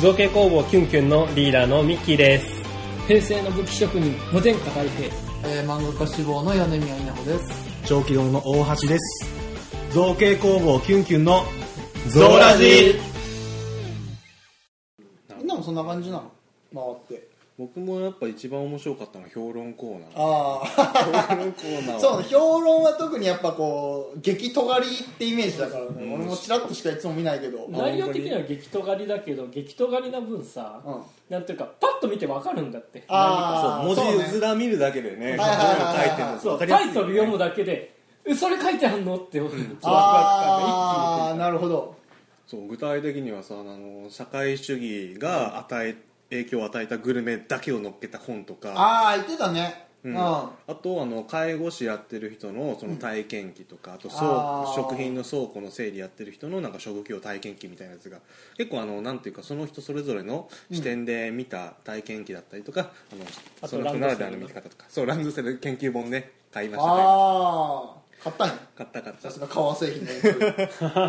造形工房キュンキュンのリーダーのミッキーです。平成の武器職人、無天下大平。えー、漫画家志望の米宮稲穂です。長期堂の大橋です造形工房キュンキュンのゾーラジみんなもそんな感じなの回って。僕もやっぱ一番面白かったのは評論コーナーああ。評論コーナーはそうね、評論は特にやっぱこう、激とがりってイメージだからね。俺もチラッとしかいつも見ないけど。うん。内容的には激とがりだけど、激とがりな分さ、なんていうか、パッと見てわかるんだって。ああ、文そう字ねずら見るだけでねはいはいはいどうはいいうの書いてるのかそう、分かりやタすいイよねトル読むだけで、え、それ書いてあんのって、ワクワクあ感が一気あ、に来る。なるほど。そう具体的にはさあの社会主義が与え影響を与えたグルメだけを載っけた本とかああ、言ってたね。う。うんんああとあの介護士やってる人のその体験記とか、あとあーそう食品の倉庫の整理やってる人のなんか職業体験記みたいなやつが結構あのなんていうかその人それぞれの視点で見た体験記だったりとか、あのあとその人ならではの見方とかそうランドセル研究本ね買いました買いましあー、買ったんや。た買った買ったさすが革製品の影響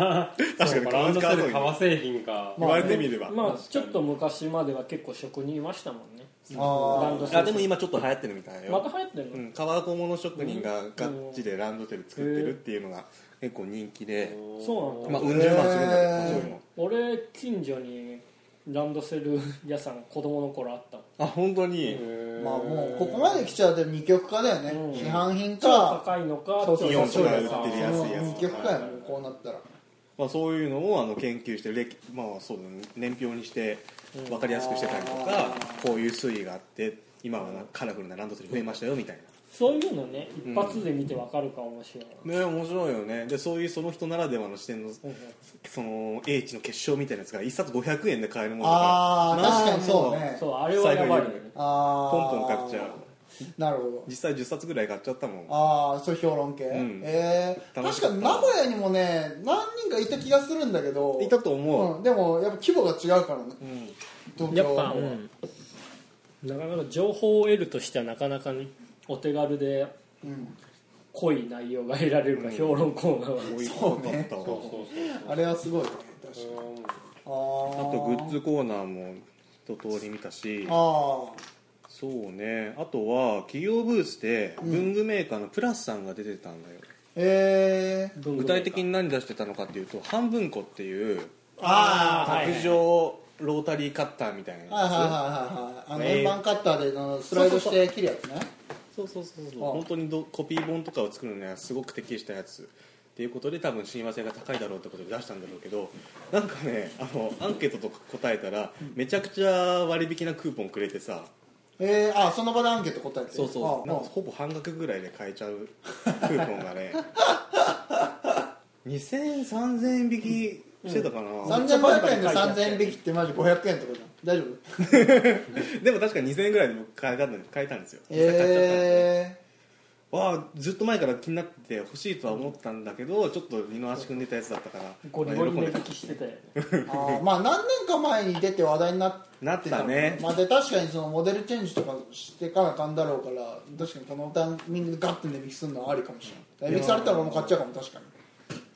確かにランドセル買わ革製品か。言われてみれば、まあ、ちょっと昔までは結構職人いましたもんね。ランあドセあでもル。今ちょっと流行ってるみたいよまた流行ってるうのん、革小物職人がガッチでランドセル作ってるっていうのが結構人気で、そうなんだまあ、うん十万するんだけど、まあそういうの俺、近所にランドセル屋さん、子供の頃あったもんあ本当に、ー。まあもう、ここまで来ちゃうと二極化だよねうん。市販品超か、高いのか、そうそうイちオょンっとかで売安ってるいやのかつも安ういやつ二極化やもん、こうなったら。まあ、そういうのをあの研究して歴、まあ、そうだね年表にして分かりやすくしてたりとか、こういう推移があって今はなんかカラフルなランドセル増えましたよみたいな。そういうのね、一発で見てわかるか面白い。ね、面白いよねでそういうその人ならではの視点のうんうんその英知の結晶みたいなやつが一冊500円で買えるものだあまああ確かにそうねそうあれはやばいよねああポンポン買っちゃうなるほど実際10冊ぐらい買っちゃったもんああそういう評論系、んええ楽確しかかったに名古屋にもね何人かいた気がするんだけどいたと思う、うん、でもやっぱ規模が違うからね、東や京っぱ、はうんなかなか情報を得るとしてはなかなかねお手軽でうん濃い内容が得られるか、評論コーナーは多いことだったそわうそうそうあれはすごいね確かにああとグッズズコーナーも一通り見たしあそうねあとは企業ブースで文具メーカーのプラスさんが出てたんだよ、ええ具体的にに何出してたのかっていうと半分こっていうあはい卓上ロータリーカッターみたいなやつ、あはいはいはいはいはいあのえー円盤カッターであのスライドして切るやつねそうそうそうそうあ本当にどコピー本とかを作るのにはすごく適したやつっていうことで多分親和性が高いだろうってことで出したんだろうけどなんかねあのアンケートとか答えたらめちゃくちゃ割引なクーポンくれてさええあその場でアンケート答えてそうそうあなんあかほぼ半額ぐらいで買えちゃうクーポンが ね2000円3000円引きしてたかな、 3500円で3000円引きってマジ500円とかじゃん大丈夫でも確か2000円ぐらいで僕買えたんで買えたんですよ実際 買っちゃったんでえわあずっと前から気になってて欲しいとは思ったんだけどちょっと二の足組んでたやつだったからゴリゴリまあ値引喜んできしてたよねー、あーまあ何年か前に出て話題になってなったねまあ、で確かにそのモデルチェンジとかしてかなあかんだろうから確かにこのタイミングでガッて値引きするのはありかもしれない値引きされたら俺も買っちゃうかも確かに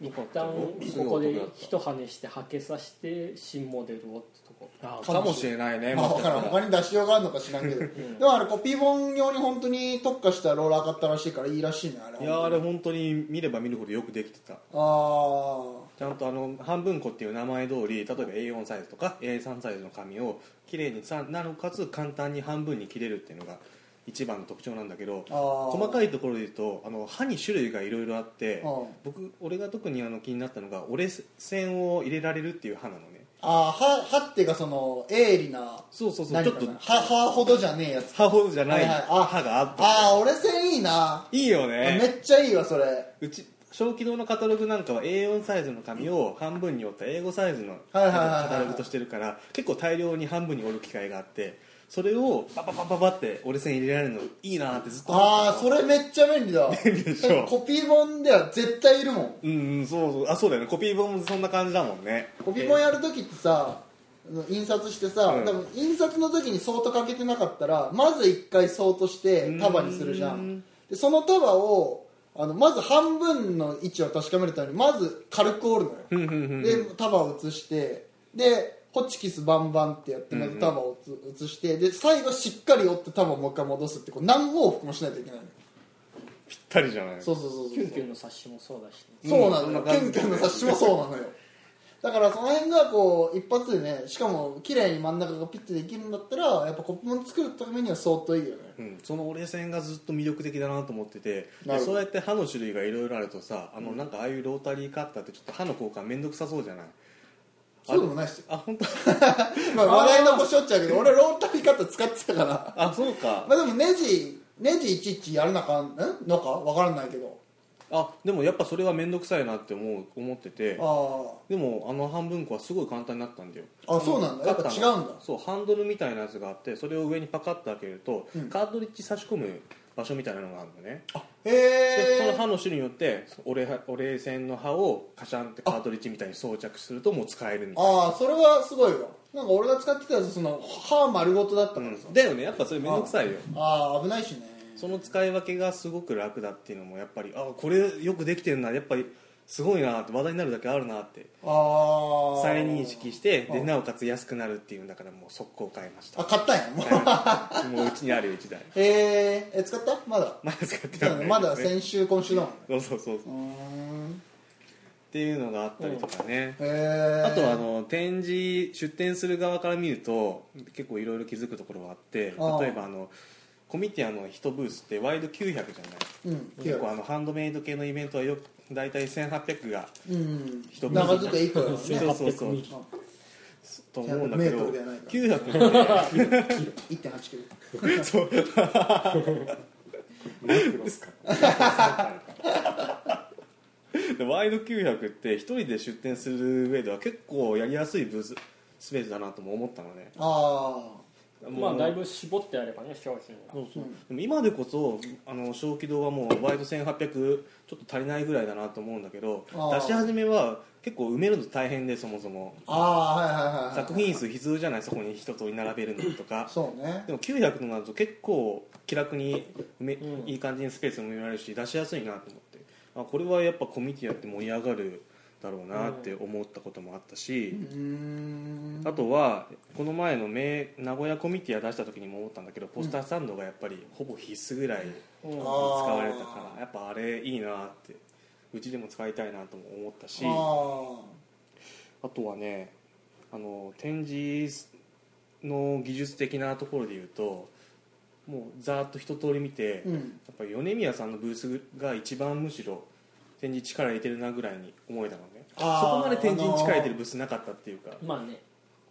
一旦ここで一跳ねしてはけさして新モデルをってとこあかもしれないねまあも分しかからしんたら他に出しようがあるのか知らんけど でもあれコピー本用に本当に特化したローラー買ったらしいからいいらしいねあれいやーああれ本当に見れば見るほどよくできてたあちゃんとあの半分こっていう名前通り例えば A4 サイズとか A3 サイズの紙を綺麗にさなおかつ簡単に半分に切れるっていうのが一番の特徴なんだけどあー細かいところで言うとあの歯に種類がいろいろあってうん僕俺が特にあの気になったのが折れ線を入れられるっていう歯なのねあー歯歯っていうかその鋭利なそうそうそう何ちょかっなと歯歯ほどじゃねえやつ歯ほどじゃないはいはいあ歯があったああ俺線いいないいよめねっちゃいいわそれうち小気道のカタログなんかは A4 サイズの紙を半分に折った A5 サイズのはいはいはいはいカタログとしてるから結構大量に半分に折る機会があってそれをパパパパパって折れ線入れられるのいいなってずっとああそれめっちゃ便利だ便利でしょコピー本では絶対いるもんうんうんそうそうあそうだよねコピー本もそんな感じだもんねコピー本やるときってさあの印刷してさ、うん多分印刷の時にソートかけてなかったらまず一回ソートして束にするじゃうんんでその束をあのまず半分の位置を確かめるためにまず軽く折るのようんうんうんで束を移してでホチキスバンバンってやってまず束を移移してで最後しっかり折って束をもう一回戻すってこう何往復もしないといけないのよぴったりじゃないそうそうそうそうキュンキュンの冊子もそうだし、ね、そうなのよ、うんキュンキュンの冊子もそうなのよ だからその辺がこう一発でねしかも綺麗に真ん中がピッてできるんだったらやっぱコップも作るためには相当いいよねうん、その折れ線がずっと魅力的だなと思っててなでるそほどうやって歯の種類がいろいろあるとさあのなんかああいうロータリーカッターってちょっと歯の交換めんどくさそうじゃないそうでもないっすよあ本当 まあ話題の腰折っちゃうけど俺ロータリーカッター使ってたから あそうかまあでもネジネジいちいちやらなあかんんのかわからないけどあでもやっぱそれはめんどくさいなって思う思っててあでもあの半分こはすごい簡単になったんだよああそうなんだやっぱ違うんだそうハンドルみたいなやつがあってそれを上にパカッと開けると、うんカートリッジ差し込む場所みたいなのがあるのねへでそのえ歯の種によって折れ折れ線の歯をカシャンってカートリッジみたいに装着するともう使えるみたいなああそれはすごいわなんか俺が使ってたやつその歯丸ごとだったからさ、うんだよねやっぱそれめんどくさいよああ危ないしねその使い分けがすごく楽だっていうのもやっぱりあこれよくできてるなやっぱりすごいなって話題になるだけあるなってああ再認識してあでなおかつ安くなるっていうんだからもう速攻買いましたあ買ったんやもうはいもううちにあるよ一台 えー、え使ったまだまだ使ってそなうだいねまだ先週今週だも んそうそうそうそううっーんていうのがあったりとかねへえあとはあの展示出展する側から見ると結構いろいろ気づくところがあってああ例えばあのコミティアの1ブースってワイド900じゃないうん結構あのハンドメイド系のイベントはよく大体1800がうん一部長塚一個だよ そうねそうそ1800うミリと思うんだけメートどルではないか900っ1.8キロてそうマクロスかでワイド900って一人で出店する上では結構やりやすいブーススペースだなとも思ったのねあもまうあだいぶ絞ってやればね商品がそうそうでも今でこそあの小気道はもうワイド1800ちょっと足りないぐらいだなと思うんだけどあー出し始めは結構埋めるの大変でそもそもあああはいはいはいはい作品数必須じゃないそこに一通り並べるのとかそうねでも900のなると結構気楽に埋め、うんいい感じにスペースも埋められるし出しやすいなと思ってあこれはやっぱコミュニティやって盛り上がるだろうなって思ったこともあったし、うーんあとはこの前の名名古屋コミュニティア出した時にも思ったんだけどポスタースタンドがやっぱりほぼ必須ぐらいうんあ使ーわれたからやっぱあれいいなってうちでも使いたいなとも思ったしあああとはねあの展示の技術的なところで言うともうざーっと一通り見て、うやんっぱり米宮さんのブースが一番むしろ展示力入れてるなぐらいに思えたのねそあーこまで展示に力入れてるブースなかったっていうか、まあね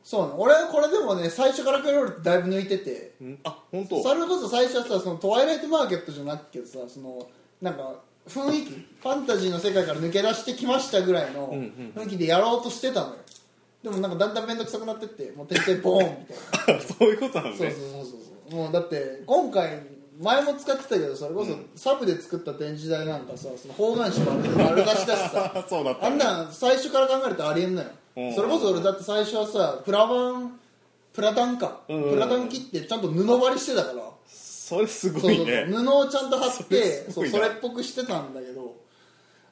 そうね俺これでもね最初から比べるとだいぶ抜いててうんあ本当それこそ最初はさそのトワイライトマーケットじゃなくてさそのなんか雰囲気ファンタジーの世界から抜け出してきましたぐらいのうんうん雰囲気でやろうとしてたのよでもなんかだんだん面倒くさくなってってもう徹底ボーンみたい なそういうことなのそうそうねそうそうもうだって今回前も使ってたけどそれこそサブで作った展示台なんかさその方眼紙丸出しだしさ あそうだったあんなん最初から考えるとありえんのよ、うんそれこそ俺だって最初はさプラバンプラダンか、うんうんプラダン切ってちゃんと布張りしてたからそれすそごういそうそうね布をちゃんと貼ってそそれすごいうなそれっぽくしてたんだけど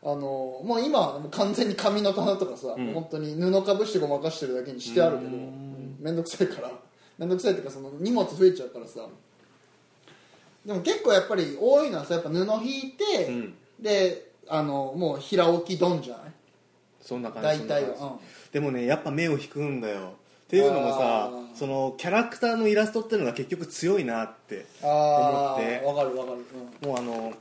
あのもう今はもう完全に紙の棚とかさ、ん本当に布かぶしてごまかしてるだけにしてあるけど面倒くさいから面倒くさいっていうかその荷物増えちゃうからさでも結構やっぱり多いのはさやっぱ布引いて、うんであのもう平置きドンじゃないそんな感じ大体そんな感は、じでもねやっぱ目を引くんだよっていうのもあさーそのキャラクターのイラストっていうのが結局強いなってうん、あ思ってあわかるわかるもうあのもう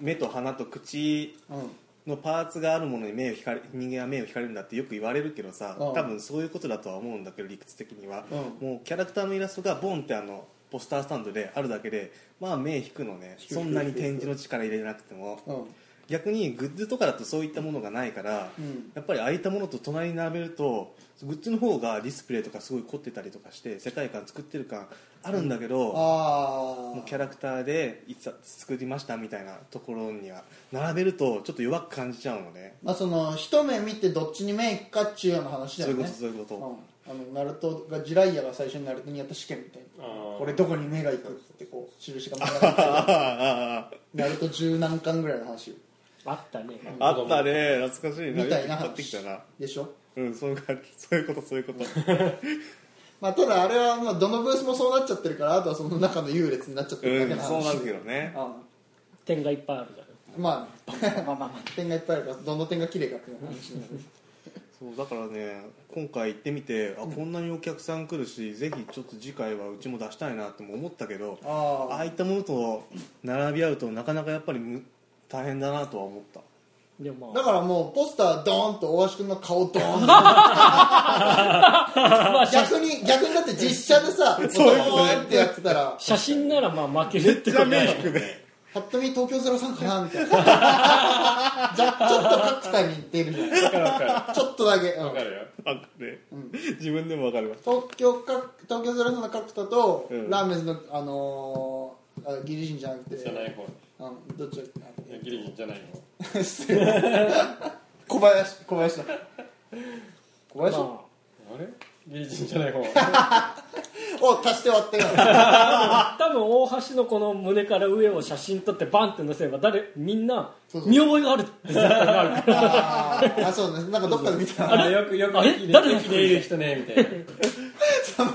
目と鼻と口うん、うんのパーツがあるものに目を惹かれ人間は目を惹かれるんだってよく言われるけどさ、うん多分そういうことだとは思うんだけど理屈的には、うもうキャラクターのイラストがボンってあのポスタースタンドであるだけでまあ目引くのねそんなに展示の力入れなくてもうん逆にグッズとかだとそういったものがないから、うんやっぱり空いたものと隣に並べるとグッズの方がディスプレイとかすごい凝ってたりとかして世界観作ってる感あるんだけど、あもうあキャラクターでいつ作りましたみたいなところには並べるとちょっと弱く感じちゃうのねまあその一目見てどっちに目いくかっちゅうような話そうだいうこよねとそういうこうん、あのナルトがジライアが最初にナルトにやった試験みたいなあこれどこに目がいくってこう印が回っ とああああああてナルト十何巻ぐらいの話あったねあったね懐かしいなみたいなよく買ってきたな話でしょうんそういう感じそういうことそういうことまあただあれはまあどのブースもそうなっちゃってるからあとはその中の優劣になっちゃってるだけうんのそうな話るけどねあ点がいっぱいあるじゃんまあまあまあまあ 点がいっぱいあるからどの点が綺麗かっていう話になるそうだからね今回行ってみてあこんなにお客さん来るしぜひちょっと次回はうちも出したいなとも思ったけどあ ああいったものと並び合うとなかなかやっぱりむ大変だなとは思ったでもだまからもうポスタードーンと大橋君の顔 ドーン逆に逆にだって実写でさドーンってやってたらあ写真ならまあ負けるってこと だよぱっと見東京ゼロさんかなみたいなじゃちょっと角田に似てるじゃんわかるわかる。ちょっとだけ、うんわかるよ。わかる自分でも分かりまし東京か東京ゼロさんの角田と、うんラーメンズのあのーあギリシンじゃなくてじゃない方。うん、どっちだっけギリギリじゃない方。失礼小林小林だ小ま林、ああれギリギリじゃない方。お足して割 ったよ多分大橋のこの胸から上を写真撮ってバンって載せれば誰みんなそうそう見覚えがあるって絶対なるからあーあそうねなんかどっかで見たなあれよくよくあれ駅で誰だ駅でいる人ね、みたいな。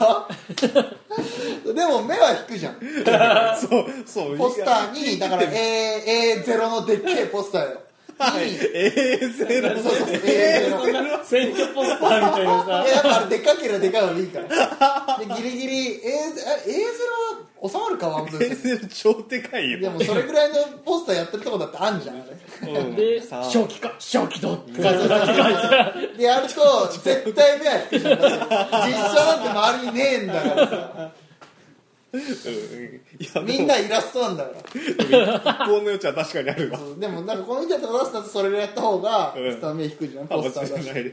そのでも目は引くじゃんたそうそうポスターにだから A- A0 のでっけえポスターよにええゼロ そうそうそう A0 選挙ポスターみたいないさやだからでっかければでかいのでいいからでギリギリ A0 は収まるかワンブええースゼロ超でかいでよもそれぐらいのポスターやってるとこだってあんじゃんあれうんでさあ正気か正気だってそうそうそうでやると絶対目は引くじゃんだって実写なんて周りにねえんだからさうんいみやんなイラストなんだからこの余地は確かにあるわそうでもなんかこの人やったら出すとそれぐらいやった方がうんスタメン引くじゃんあポスターだし間違い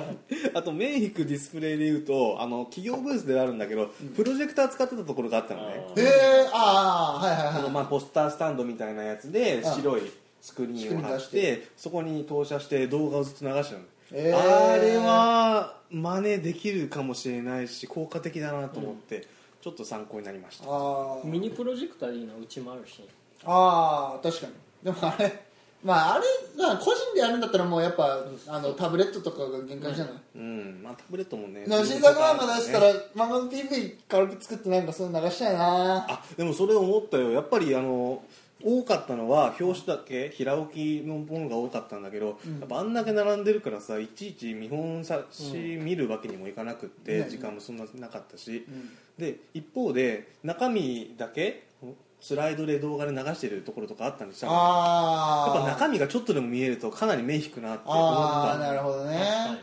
な いあと目引くディスプレイで言うとあの企業ブースではあるんだけどプロジェクター使ってたところがあったのねへえああはいはいあのはいまあポスタースタンドみたいなやつでうん白いスクリーンを貼っスクリーてそこに投射して動画をずっと流してるの、えーあれは真似できるかもしれないし効果的だなと思って、ちょっと参考になりましたあミニプロジェクターでいいなうちもあるしあああ確かにでもあれまああれまあ個人でやるんだったらもうやっぱあのタブレットとかが限界じゃない、うんまあタブレットもねでも新作漫画出したら漫画の PV 軽く作ってなんかそういうの流したいなあでもそれ思ったよやっぱりあの多かったのは表紙だけ平置きのものが多かったんだけど、やっぱあんだけ並んでるからさいちいち見本冊子見るわけにもいかなくって、うん時間もそんななかったし、んで一方で中身だけスライドで動画で流してるところとかあったんでしたやっぱあ中身がちょっとでも見えるとかなり目引くなって思ああっなたるほどね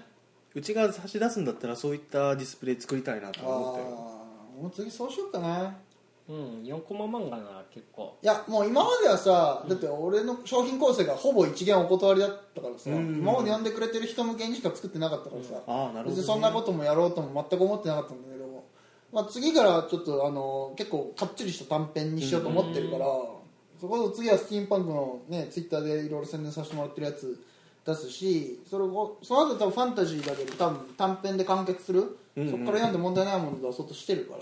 うちが差し出すんだったらそういったディスプレイ作りたいなとああ思ったよもう次そうしようかなうん4コマ漫画なら結構いやもう今まではさだって俺の商品構成がほぼ一元お断りだったからさ、うん今まで呼んでくれてる人向けにしか作ってなかったからさ、ああなるほど、別ね、にそんなこともやろうとも全く思ってなかったんだけど、まあ、次からちょっとあの結構かっちりした短編にしようと思ってるから、そこで次はスティーンパンクの、ね、ツイッターでいろいろ宣伝させてもらってるやつ出すしそれをその後多分ファンタジーだけど多分短編で完結する、うんうんそこから読んで問題ないもの出そうとしてるから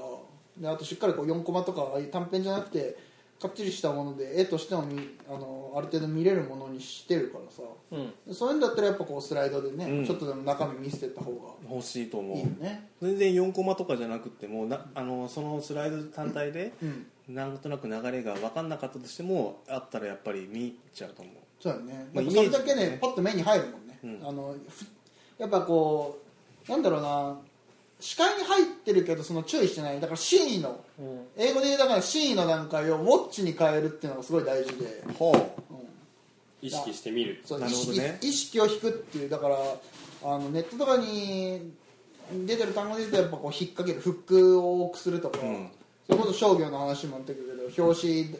であとしっかりこう4コマとかああいう短編じゃなくてかっちりしたもので絵としてもみあのある程度見れるものにしてるからさうんそういうんだったらやっぱこうスライドでね、うんちょっとでも中身見せてった方が欲しいと思ういいよね全然4コマとかじゃなくてもなあのそのスライド単体でうんなんとなく流れが分かんなかったとしてもあったらやっぱり見ちゃうと思うそうだね、まあやっぱそれだけイメージねパッと目に入るもんね、うんあのふやっぱこうなんだろうな視界に入ってるけどその注意してないだから真意のうん英語で言うだから真意の段階をウォッチに変えるっていうのがすごい大事で、ほううん意識してみる。そうな意るほど識ね意識を引くっていうだからあのネットとかに出てる単語で言うとやっぱこう引っ掛けるフックを多くするとか、うんそれこそ商業の話もあったけど表紙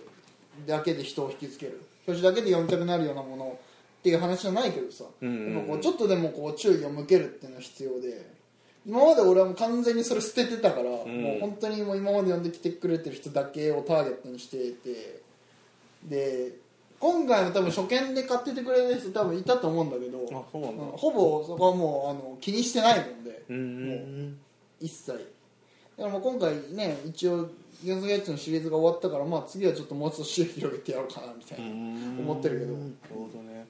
だけで人を引きつける表紙だけで読みたくなるようなものっていう話じゃないけどさ、うんうんうんやっぱこうちょっとでもこう注意を向けるっていうのは必要で今まで俺はもう完全にそれ捨ててたから、んもう本当にもう今まで読んできてくれてる人だけをターゲットにしていて。で今回も多分初見で買っててくれる人多分いたと思うんだけどあそうなんだうんほぼそこはもうあの気にしてないもんでうんうん一切だからもう今回ね一応幻想ゲッチのシリーズが終わったからまあ次はちょっともうちょっと視野広げてやろうかなみたいな、思ってるけどなるほどね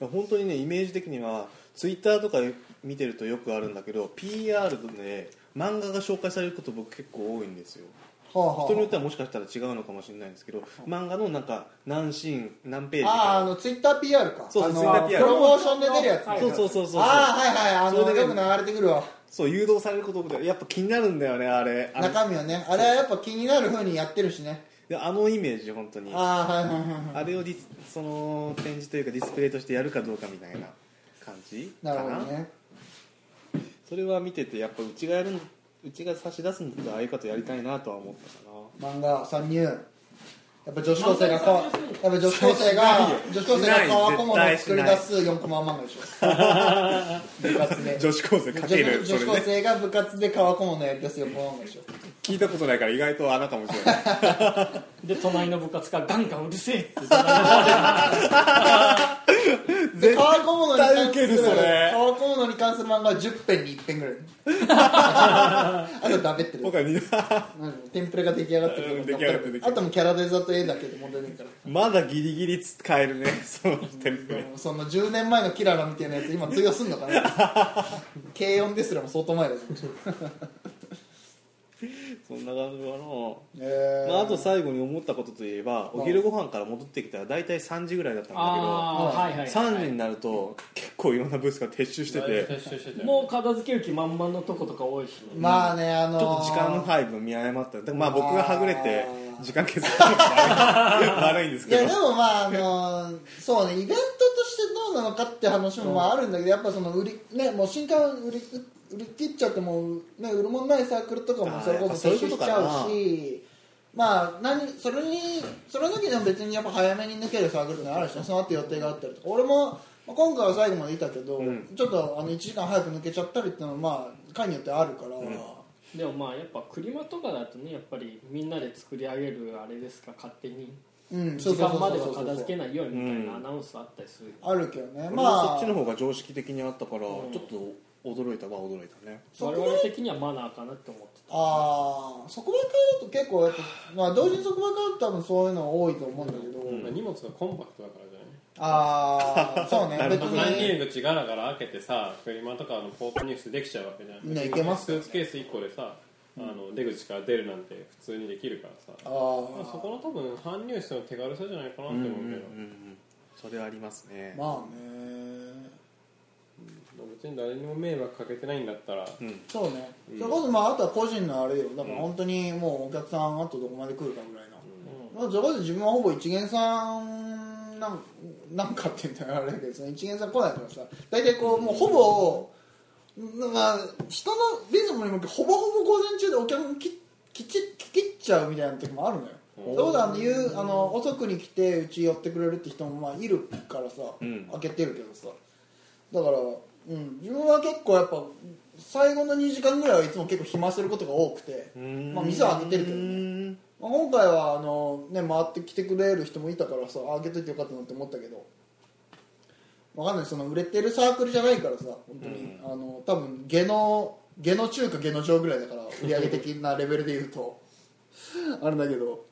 本当にねイメージ的にはツイッターとか見てるとよくあるんだけど PR で漫画が紹介されること僕結構多いんですよはあはあ人によってはもしかしたら違うのかもしれないんですけど漫画のなんか何シーン何ページあああかのツイッター PR かそうあの Twitter PR プロモーションで出るやつ、ねはいそうそうそうそうああはいはいあのそれでよく流れてくるわそう誘導されることがやっぱ気になるんだよねあれあれ中身はねあれはやっぱ気になる風にやってるしねであのイメージ本当にあああはいはいはいはいれをディスその展示というかディスプレイとしてやるかどうかみたいな感じかなるなほどねそれは見ててやっぱうちがやるのうちが差し出すんだったらああいうことやりたいなとは思ったかな漫画参入やっぱ女子高生がかわやっぱ女子高生が女子高生が川小物を作り出す4コマ漫画でしょ部活で女子高生かけるそ女れ子高ね生が部活で川小物やり出す4コマ漫画でしょ聞いたことないから意外と穴かもしれないで隣の部活がガンガンうるせえってで川小物に関す絶対ウケるるそれ川小物に関する漫画は10編に1編ぐらい あとダベってる僕はみんなうんテンプレが出来上がってると思出来上がってっるたらあともうキャラデザと絵だけで問題ないからまだギリギリ使えるね そのテンプレうんその10年前のキララみたいなやつ今通用すんのかな 軽音ですらも相当前だしそんな感じかな、え ーまあ、あと最後に思ったことといえばお昼ご飯から戻ってきたら大体3時ぐらいだったんだああはいはいけど3時になると結構いろんなブースが撤収してて撤収してたよもう片付ける気満々のとことか多いしねまあねあちょのっーと時間の配分見誤っただからまあ僕がはぐれてあー時間削ったのが 悪いんですいけやどでもまああのーそうねイベントとしてどうなのかって話もまああるんだけどやっぱその売りねもう新刊売り売り切っちゃってもうね売るもんないサークルとかもそれこあーやっぱそそうい撤うこ収しとちかなゃうしまあ何それにそれだけでも別にやっぱ早めに抜けるサークルってのあるしねその後予定があったりとか俺もまあ今回は最後までいたけど、うんちょっとあの1時間早く抜けちゃったりってのはまあ会によってあるから、でもまあやっぱ車とかだとねやっぱりみんなで作り上げるあれですか勝手にうん、時間までは片付けないないようにみたいなうんアナウンスあったりするあるけどね俺まもそあっちの方が常識的にあったからちょんっと驚いたは驚いたねそこ我で々的にはマナーかなって思ってああ即売会だと結構やっぱ、まあ、同時に即売会だと多分そういうのが多いと思うんだけど、まあ荷物がコンパクトだからじゃないああそうね 別まあ何に入り口ガラガラ開けてさ車とかのポートニュースできちゃうわけじゃんみんないけますスーツケース1個でさあの出口から出るなんて普通にできるからさあまあそあこの多分搬入室の手軽さじゃないかなってうん思うんううんうけどんそれありますねまあねまあ別に誰にも迷惑かけてないんだったらうんそうね、うんそれこそまああとは個人のあれよだから本当にもうお客さんあとどこまで来るかぐらいの、まあ、それこそ自分はほぼ一元さんなんなんかって言ったらあれだけどその一元さん来ないからさ大体こうもうほぼなんか人のリズムに向けほぼほぼ午前中でお客さんききちききっちゃうみたいな時もあるのようんそうだねいうあの遅くに来てうち寄ってくれるって人もまあいるからさ、うん開けてるけどさだから、うん、自分は結構やっぱ最後の2時間ぐらいはいつも結構暇することが多くて、まあ、店は開けてるけどねねまあ、今回はあの、ね、回ってきてくれる人もいたからさあ開けといてよかったなって思ったけどわかんないその売れてるサークルじゃないからさ本当に、あの多分下の下の中か下の上ぐらいだから売り上げ的なレベルで言うと あれだけど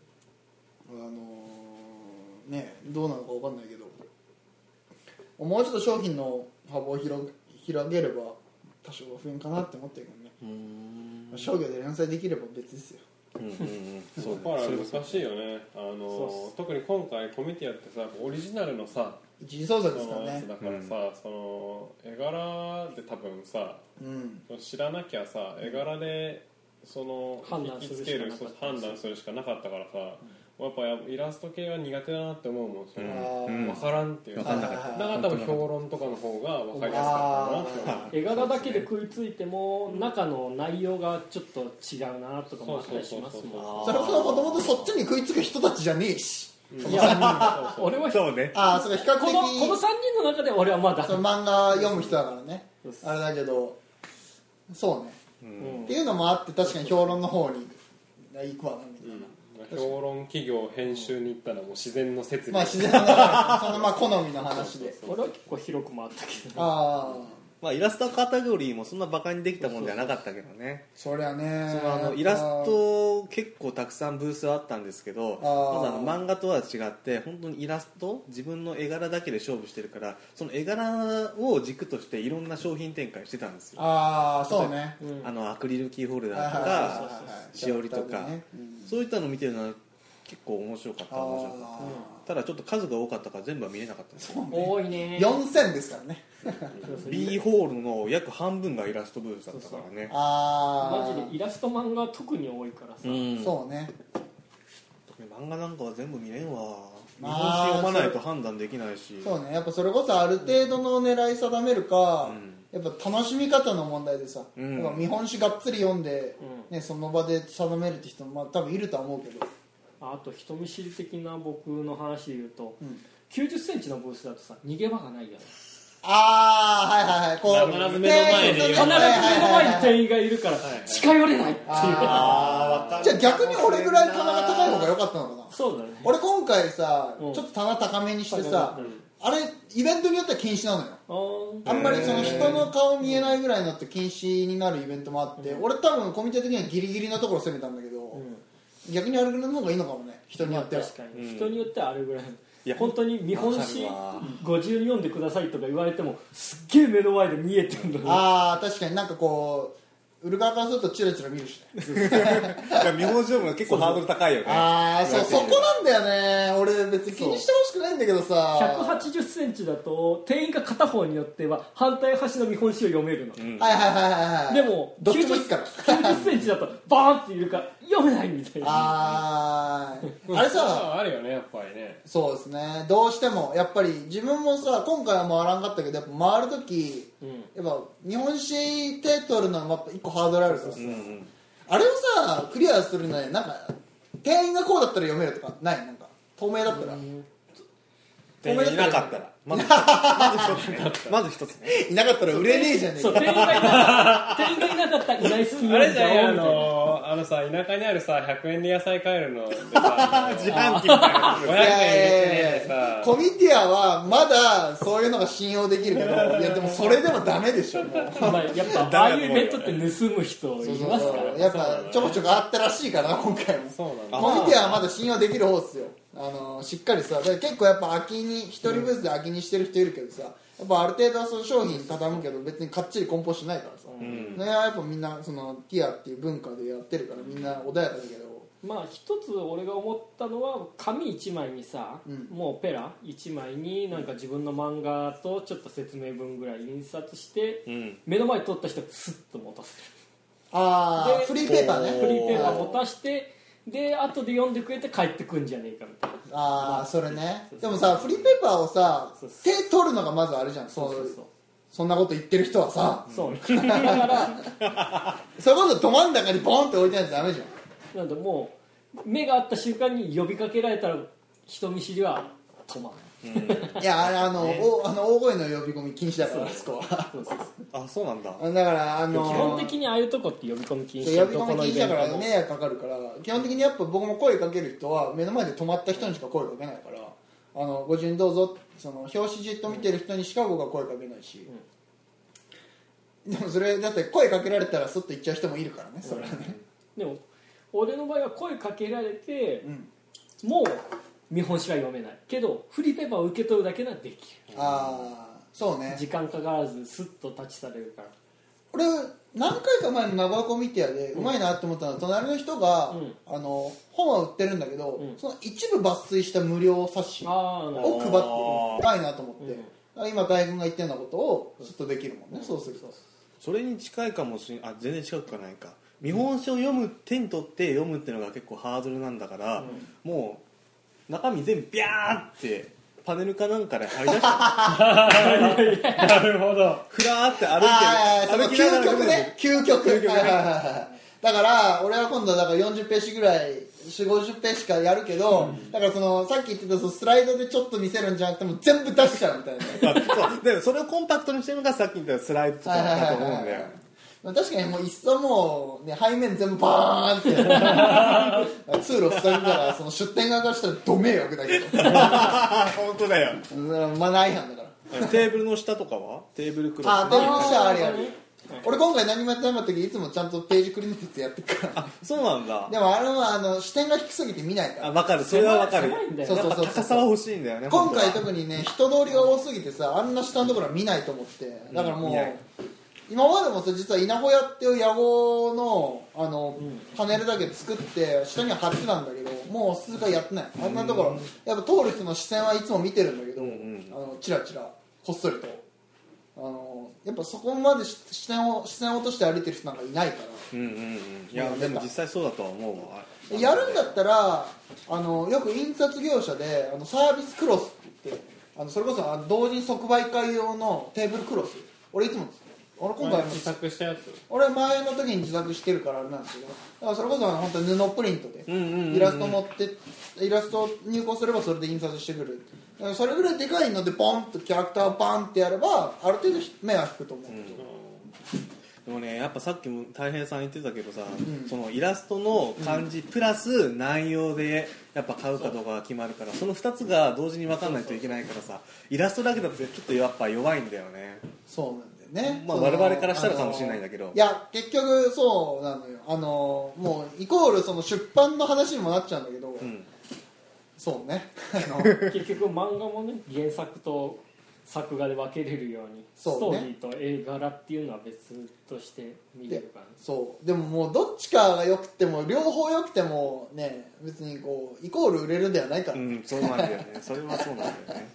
あのーねどうなのかわかんないけどもうちょっと商品の幅を広げ広げれば多少は不便かなって思ってるけどね、うーんまあ商業で連載できれば別ですようんうんうんそそうこからねそれ難しいよねあそうの特に今回コミュニティアってさオリジナルのさ一次創そ作ですからのやねつだからさその絵柄で多分さうん知らなきゃさ絵柄でその判断するしかなかったそう判断するしかなかったからさ、やっぱイラスト系は苦手だなって思うもんそれ、うんあ分からんっていうわだかかんなかっあーら多分評論とかの方が分かりやすかったかなって絵柄だけで食いついても中の内容がちょっと違うなとかもあったりしますそうそうそうもあーそれこそもともとそっちに食いつく人たちじゃねえし思う、んういんやそうそう俺はこそうねああそれ比較のこの3的人の中で俺はまだその漫画読む人だからねそうそうあれだけどそうねうんっていうのもあって確かに評論の方に行くわなみたいなうん評論企業編集に行ったらもう自然の説理まあ自然なそのまあ好みの話で俺は結構広く回ったけどああまあイラストカテゴリーもそんなバカにできたもんじゃなかったけどねそりゃそねのあのイラスト結構たくさんブースあったんですけどあまーずあの漫画とは違って本当にイラスト自分の絵柄だけで勝負してるからその絵柄を軸としていろんな商品展開してたんですよああそうねうんあのアクリルキーホルとダーとかしおりとかうんそういったの見てるのは結構面白かったあ面白かっあたただちょっと数が多かったから全部は見れなかったんですよ多いね4000ですからね B ホールの約半分がイラストブースだったからねああマジでイラスト漫画は特に多いからさ、うんそうね漫画なんかは全部見れんわ日ま本あ史読まないと判断できないしそうねやっぱそれこそある程度の狙い定めるか、うやっぱ楽しみ方の問題でさ、うんやっぱ見本紙がっつり読んで、うね、その場で定めるって人も、まあ、多分いるとは思うけど、あと人見知り的な僕の話で言うとうん9 0ンチのブースだとさ逃げ場がないじゃないああはいはいはいこ必ず目の前に手必必ずず目の前に店員がいるからはい近寄れないっていうあーじゃあ逆に俺ぐらい棚が高い方が良かったのかなそうだね俺今回さ、うんちょっと棚高めにしてさ、うんあれイベントによっては禁止なのよあーあんまりその人の顔見えないぐらいのって禁止になるイベントもあって、俺多分コミュニティ的にはギリギリなところ攻めたんだけど、うん逆にあれぐらいの方がいいのかもね人によってはまあ確かうにん人によってはあれぐらいいや本当に見本わか紙るわ50読んでくださいとか言われてもすっげえ目の前で見えてるのにああ確かになんかこう売る側からするとチラチラ見るしねいや見本勝負が結構ハードル高いよねああそうそこなんだよね俺別に気にしてほしくないんだけどさ180センチだと店員が片方によっては反対端の見本紙を読めるの、うんはいはいはいはいはいでもどっちもいいから90センチだとバーンっているから読めないみたいなあああれさあるよねやっぱりねそうですねどうしてもやっぱり自分もさ今回は回らんかったけどやっぱ回るときうんやっぱ日本史手取るのはやっぱ一個ハードルあるからさうんうんあれをさクリアするのになんか店員がこうだったら読めるとかないなんか透明だったら店員いなかったらまずまず一つねいなかったら売れねえじゃねえそうか店員がいなかった店員がいなかったらいない隙あ間れみじゃんあたいなのあのさ田舎にあるさ100円で野菜買えるのでさ自販機みたいな500円いやい入やれていさやコミティアはまだそういうのが信用できるけどいやでもそれでもダメでしょもうまあやっぱああいうイベントって盗む人そういそうますからそうやっぱちょこちょこあったらしいからな今回もそうなんだコミティアはまだ信用できる方っすよあのしっかりさだから結構やっぱ空きに一人ブースで空きにしてる人いるけどさやっぱある程度はその商品傾むけど別にかっちり梱包しないからさ、んねやっぱみんなそのティアっていう文化でやってるからみんな穏やかだけどまあ一つ俺が思ったのは紙1枚にさ、うんもうペラ1枚になんか自分の漫画とちょっと説明文ぐらい印刷して、うん目の前に撮った人スッと持たせるああでフリーペーパーねおフリーペーパー持たしてで後で読んでくれて帰ってくんじゃねえかみたいなああそれねでもさフリーペーパーをさそうそ手取るのがまずあれじゃんそうそうそうそんなこと言ってる人はさそうそうだからそれこそど真ん中にボンって置いてないとダメじゃんなんでもう目が合った瞬間に呼びかけられたら人見知りは止まないいやあれあの,、おあの大声の呼び込み禁止だからあそこはそうそうそうあそうなんだだからあの基本的にああいうとこって呼び込み禁そ止のう呼びと込こみのイ禁ベ止ンだかトらも迷惑かかるから基本的にやっぱ僕も声かける人は目の前で止まった人にしか声かけないから「あのご順どうぞ」その表紙じっと見てる人にしか僕は声かけないし、でもそれだって声かけられたらそっと行っちゃう人もいるからねそれはね、でも俺の場合は声かけられてう、ん、もう見本紙は読めないけどフリーペーパーを受け取るだけならできるああそうね時間かからずスッと立ち去れるから俺何回か前の長岡ミティアでうまいなって思ったのは隣の人が、うんあの本は売ってるんだけど、うんその一部抜粋した無料冊子をああなるほ配ってる高いなと思って、今大君が言ってるようなことをちょっとできるもんね、どそうするとそれに近いかもしれあ全然近くはないか見本書を読む手に取って読むっていうのが結構ハードルなんだから、もう中身全部ビャーってパネルかなんかで張り出 し てなるほどふらーって歩ああそのいてる歩きながら究極ね究極究極ねはいはいはいはいだから俺は今度だから40ページぐらい4 5 0ページかやるけど、だからそのさっき言ってたそのスライドでちょっと見せるんじゃなくてもう全部出しちゃうみたいなまあそうでもそれをコンパクトにしてるのがさっき言ったスライドとかだと思うんだよまあ確かにもういっそもう、ね、背面全部バー ンって通路塞いだらその出店側からしたらどめえわけだけど あ本当だようんマナー違反だからあのテーブルの下とかはテーブルクロスあーテーブルの下あるあやーる俺今回何もやってなかった時いつもちゃんとページクリックやってるからあそうなんだでもあれはあの視点が低すぎて見ないあから分かるそれは分かる狭いんだよそうやっぱ高さは欲しいんだよね今回本当は特にね人通りが多すぎてさあんな下のところは見ないと思ってだからもう、見ない今までもさ実は稲穂屋っていう野号のあの、んパネルだけ作って下には貼ってたんだけどもう数回やってないあんなところ、やっぱ通る人の視線はいつも見てるんだけど、うんうんあのチラチラこっそりとあのやっぱそこまでし視線を視線を落として歩いてる人なんかいないから。うんうんうんいやでも実際そうだとは思うわやるんだったらあのよく印刷業者であのサービスクロスって言ってあのそれこそあの同時に即売会用のテーブルクロス俺いつも俺今回も自作したやつ俺前の時に自作してるからあれなんですけどだからそれこそあの本当に布プリントでうんうんうんうんイラスト持ってイラストを入稿すればそれで印刷してくるだからそれぐらいでかいのでポンとキャラクターをバンってやればある程度目は引くと思う、でもねやっぱさっきもたい平さん言ってたけどさ、んそのイラストの感じ、プラス内容でやっぱ買うかどうかが決まるからその2つが同時に分かんないといけないからさイラストだけだとちょっとやっぱ弱いんだよねそうなんだよね、まあその我々からしたらかもしれないんだけどあのいや結局そうなのよあのもうイコールその出版の話にもなっちゃうんだけど、うんそうね あの 結局漫画もね原作と作画で分けれるようにスそトうねーリーと絵柄っていうのは別として見れるからねそうでももうどっちかが良くても両方良くてもね別にこうイコール売れるんではないから、ううんんそうなんだよねそれはそうなんだよね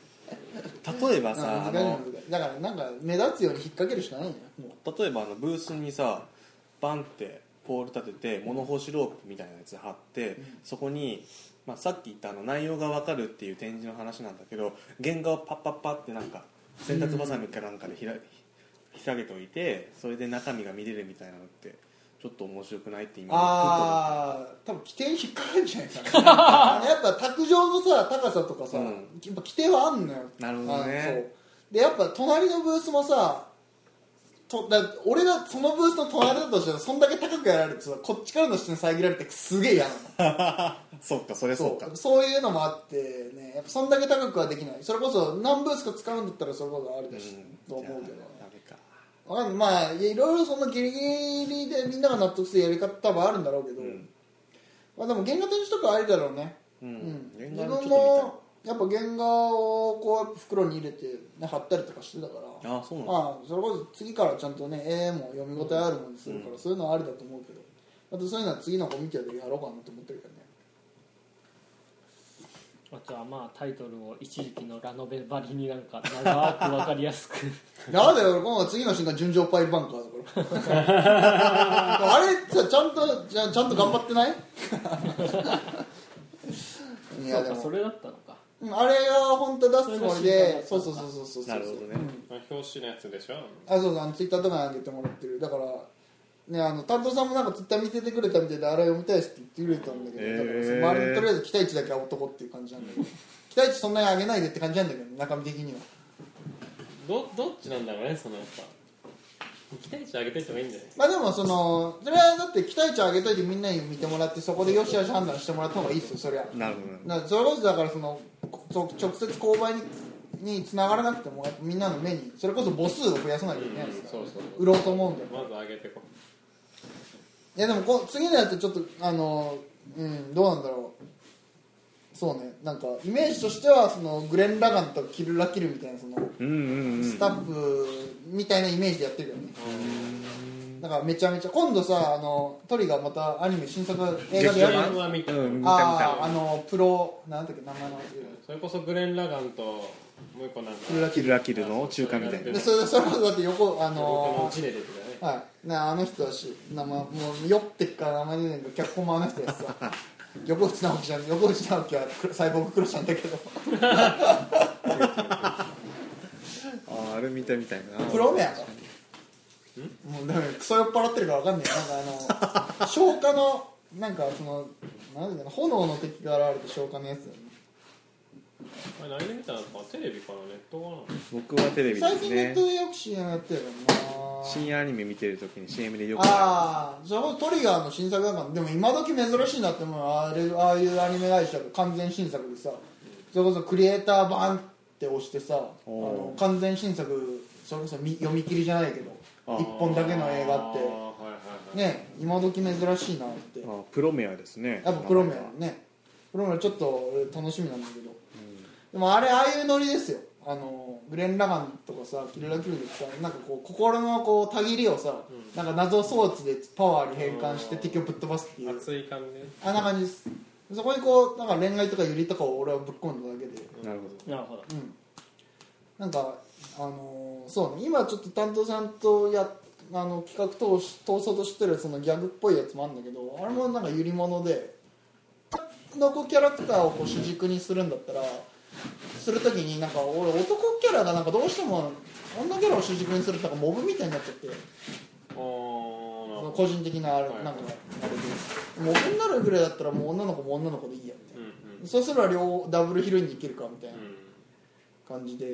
例えばさあ難しい難のしいだからなんか目立つように引っ掛けるしかないんよもう例えばあのブースにさバンってポール立てて物干しロープみたいなやつ貼って、そこに、まあ、さっき言ったあの内容が分かるっていう展示の話なんだけど原画をパッパッパってなんか洗濯ばさみかなんかでひら、下げておいてそれで中身が見れるみたいなのってちょっと面白くないって今ああ多分規定に引っかかるんじゃないかなあ のやっぱ卓上のさ高さとかさ、うんやっぱ規定はあんのよなるほどねあのそうでやっぱ隣のブースもさとだ俺がそのブースの隣だとしたらそんだけ高くやられてさこっちからの視点遮られてすげえ嫌なのそっか それそうかそうそういうのもあってねやっぱそんだけ高くはできないそれこそ何ブースか使うんだったらそれこそあれだし、と思うけじどねゃあダメかわかんないまあいろいろそのギリギリでみんなが納得するやり方はあるんだろうけど、んまあ、でも原画展示とかありだろうね、ううんん、原自画のちょっと見分たいもやっぱ原画をこう袋に入れて、ね、貼ったりとかしてたからああそうなんだまあそれこそ次からちゃんとね絵も読み応えあるものにするから、そういうのはありだと思うけどあとそういうのは次のコミュニティでやろうかなと思ってるけどねあとはまあタイトルを一時期のラノベばりになんか長く分かりやすくなんだよ俺今回次の瞬間純情パイルバンカーだからあれさちゃんとじゃちゃんと頑張ってない いそやうでかもそれだったのかうんあれが本当出すつもりでそそうれが真意だったんだそうそうそうそうそうなるほどねうんあ表紙のやつでしょあそうあのツイッターとかに上げてもらってるだからねあの担当さんもなんかツイッター見ててくれたみたいであれ読みたいですって言ってくれたんだけど、へーだからその周りにとりあえず期待値だけは男っていう感じなんだけど期待値そんなに上げないでって感じなんだけど中身的にはどどっちなんだろうねそのやっぱ期待値上げてってもいいんじゃないまあでもそのそれはだって期待値上げといてみんなに見てもらってそこでよしよし判断してもらった方がいいですよそりゃなるほどねだからそれこそだからそのこそ直接購買にに繋がらなくてもやっぱみんなの目にそれこそ母数を増やさないといけないですかうら、んうんそうそうそう売ろうと思うんだよまず上げてこいやでもこ次のやつちょっとあのうんどうなんだろうそうねなんかイメージとしてはそのグレン・ラガンとかキル・ラ・キルみたいなそのうんうんうんスタッフみたいなイメージでやってるよね、だからめちゃめちゃ今度さあのトリがまたアニメ新作映画でやる劇場の版は見たうん見た見ああたあのプロなんだっけ名前の忘れそれこそグレン・ラガンともう一個なんかキルラキルラキルの中華みたいそなうたでそれそれこそだって横あののジネ出てたねはい、ねあの人だし名前もう酔ってっから名前出ないけど脚本もあの人だしさ横内直樹じゃん横内直樹はサイボーグクロちゃんだけどああれ見たみたいなプロメアかもうでもクソ酔っ払ってるから分かんねえよなんかあの消火のなんかそのなんだろう炎の敵が現れて消火のやつだよねあれ何で見たのかテレビかなネットかな僕はテレビで最す近ネッねトでよく CM やってるからな深夜アニメ見てる時に CM でよくああそれこそトリガーの新作だからでも今時珍しいなって思うよあれああいうアニメ会社が完全新作でさそれこそクリエイター版ってって押してさあおーの完全新作それこそみ読み切りじゃないけどあー1本だけの映画っあーてはいはいはいね今時珍しいなってやっあプロメアですねぱプロメアねプロメアちょっと俺楽しみなんだけど、でもあれああいうノリですよあのグレン・ラガンとかさキルラキルでさなんかこう心のこうたぎりをさ、んなんか謎装置でパワーに変換して敵をぶっ飛ばすっていう熱い感じねあんな感じですそこにこうなんか恋愛とかユリとかを俺はぶっ込んだだけでなるほどなるほどうんなんかあのーそうね今ちょっと担当さんとやあの企画通し通そうとしてるそのギャグっぽいやつもあるんだけどあれもなんかゆりものでの子キャラクターをこう主軸にするんだったらするときになんか俺男キャラがなんかどうしても女キャラを主軸にするとなんかモブみたいになっちゃってあーなるそのほど個人的なあれはいなんかあれでモブになるぐらいだったらもう女の子も女の子でいいやみたういんう、なんそうすれば両ダブルヒロインでいけるかみたいなうん感じで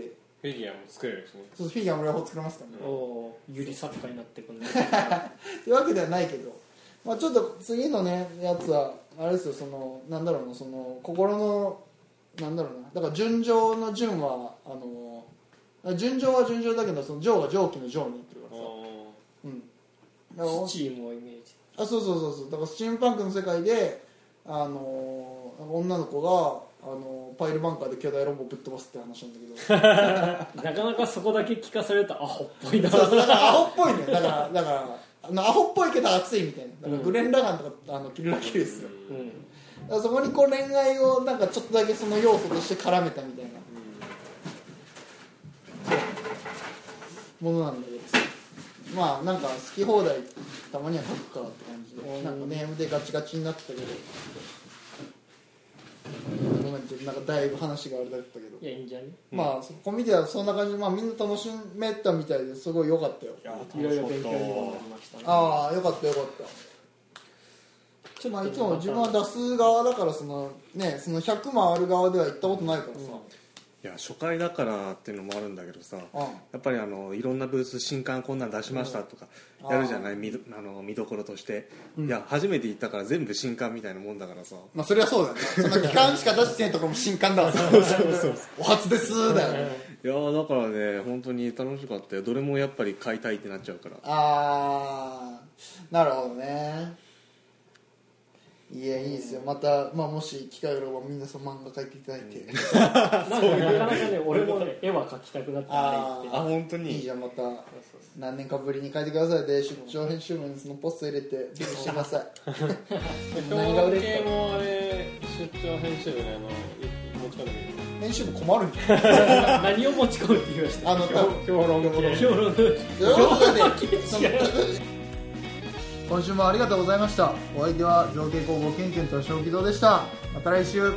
フィギュアも作れるしねそうフィギュアも両方作れますからねおーゆり作家になって くんねというわけではないけど、まあ、ちょっと次のねやつはあれですよそのなんだろうなその心のなんだろうなだから純情の純はあの純情は純情だけどその情は上気の情になってるからさ、あうん、だからスチームをイメージあそうそうそうそうだからスチームパンクの世界であのなんか女の子があのパイルバンカーで巨大ロボぶっ飛ばすって話なんだけどなかなかそこだけ聞かされるとアホっぽ いなそうそうだからアホっぽいねだからだからあのアホっぽいけど熱いみたいなだからグレン・ラガンとかあのキルラキルですようんだからそこにこう恋愛をなんかちょっとだけその要素として絡めたみたいなものなんだけどさまあなんか好き放題たまには書くかって感じでなんかネームでガチガチになってたけどごめんちょっとなんかだいぶ話があれだったけどいやいいんじゃねまあそこ見てはそんな感じで、まあ、みんな楽しめたみたいですごい良かったよいろいろ勉強にもなりましたねああよかったよかったちょまあいつも自分は出す側だからそのねその100回る側では行ったことないからさ、いや初回だからっていうのもあるんだけどさうんやっぱりあのいろんなブース新刊こんなん出しましたとかやるじゃない見どあの見どころとして、いや初めて行ったから全部新刊みたいなもんだからさまあそれはそう だよねそんな期間しか出してないところも新刊だわお初ですだよねいやーだからね本当に楽しかったよどれもやっぱり買いたいってなっちゃうからああなるほどねいやいいですよまた、まあ、もし機会があればみんなその漫画描いていただいて、なんかなかなかね俺もね絵は描きたくなってないってあ本当いいじゃんまた何年かぶりに書いてくださいで出張編集部にそのポスト入れてビックしてくださいでも何が表嬉しい系かもあれ出張編集部であの持ち込んでみる編集部困るんじゃない何を持ち込むって言いましたあの多分評論系評論のということでその今週もありがとうございましたお相手は造形工房ケンケンと小気堂でしたまた来週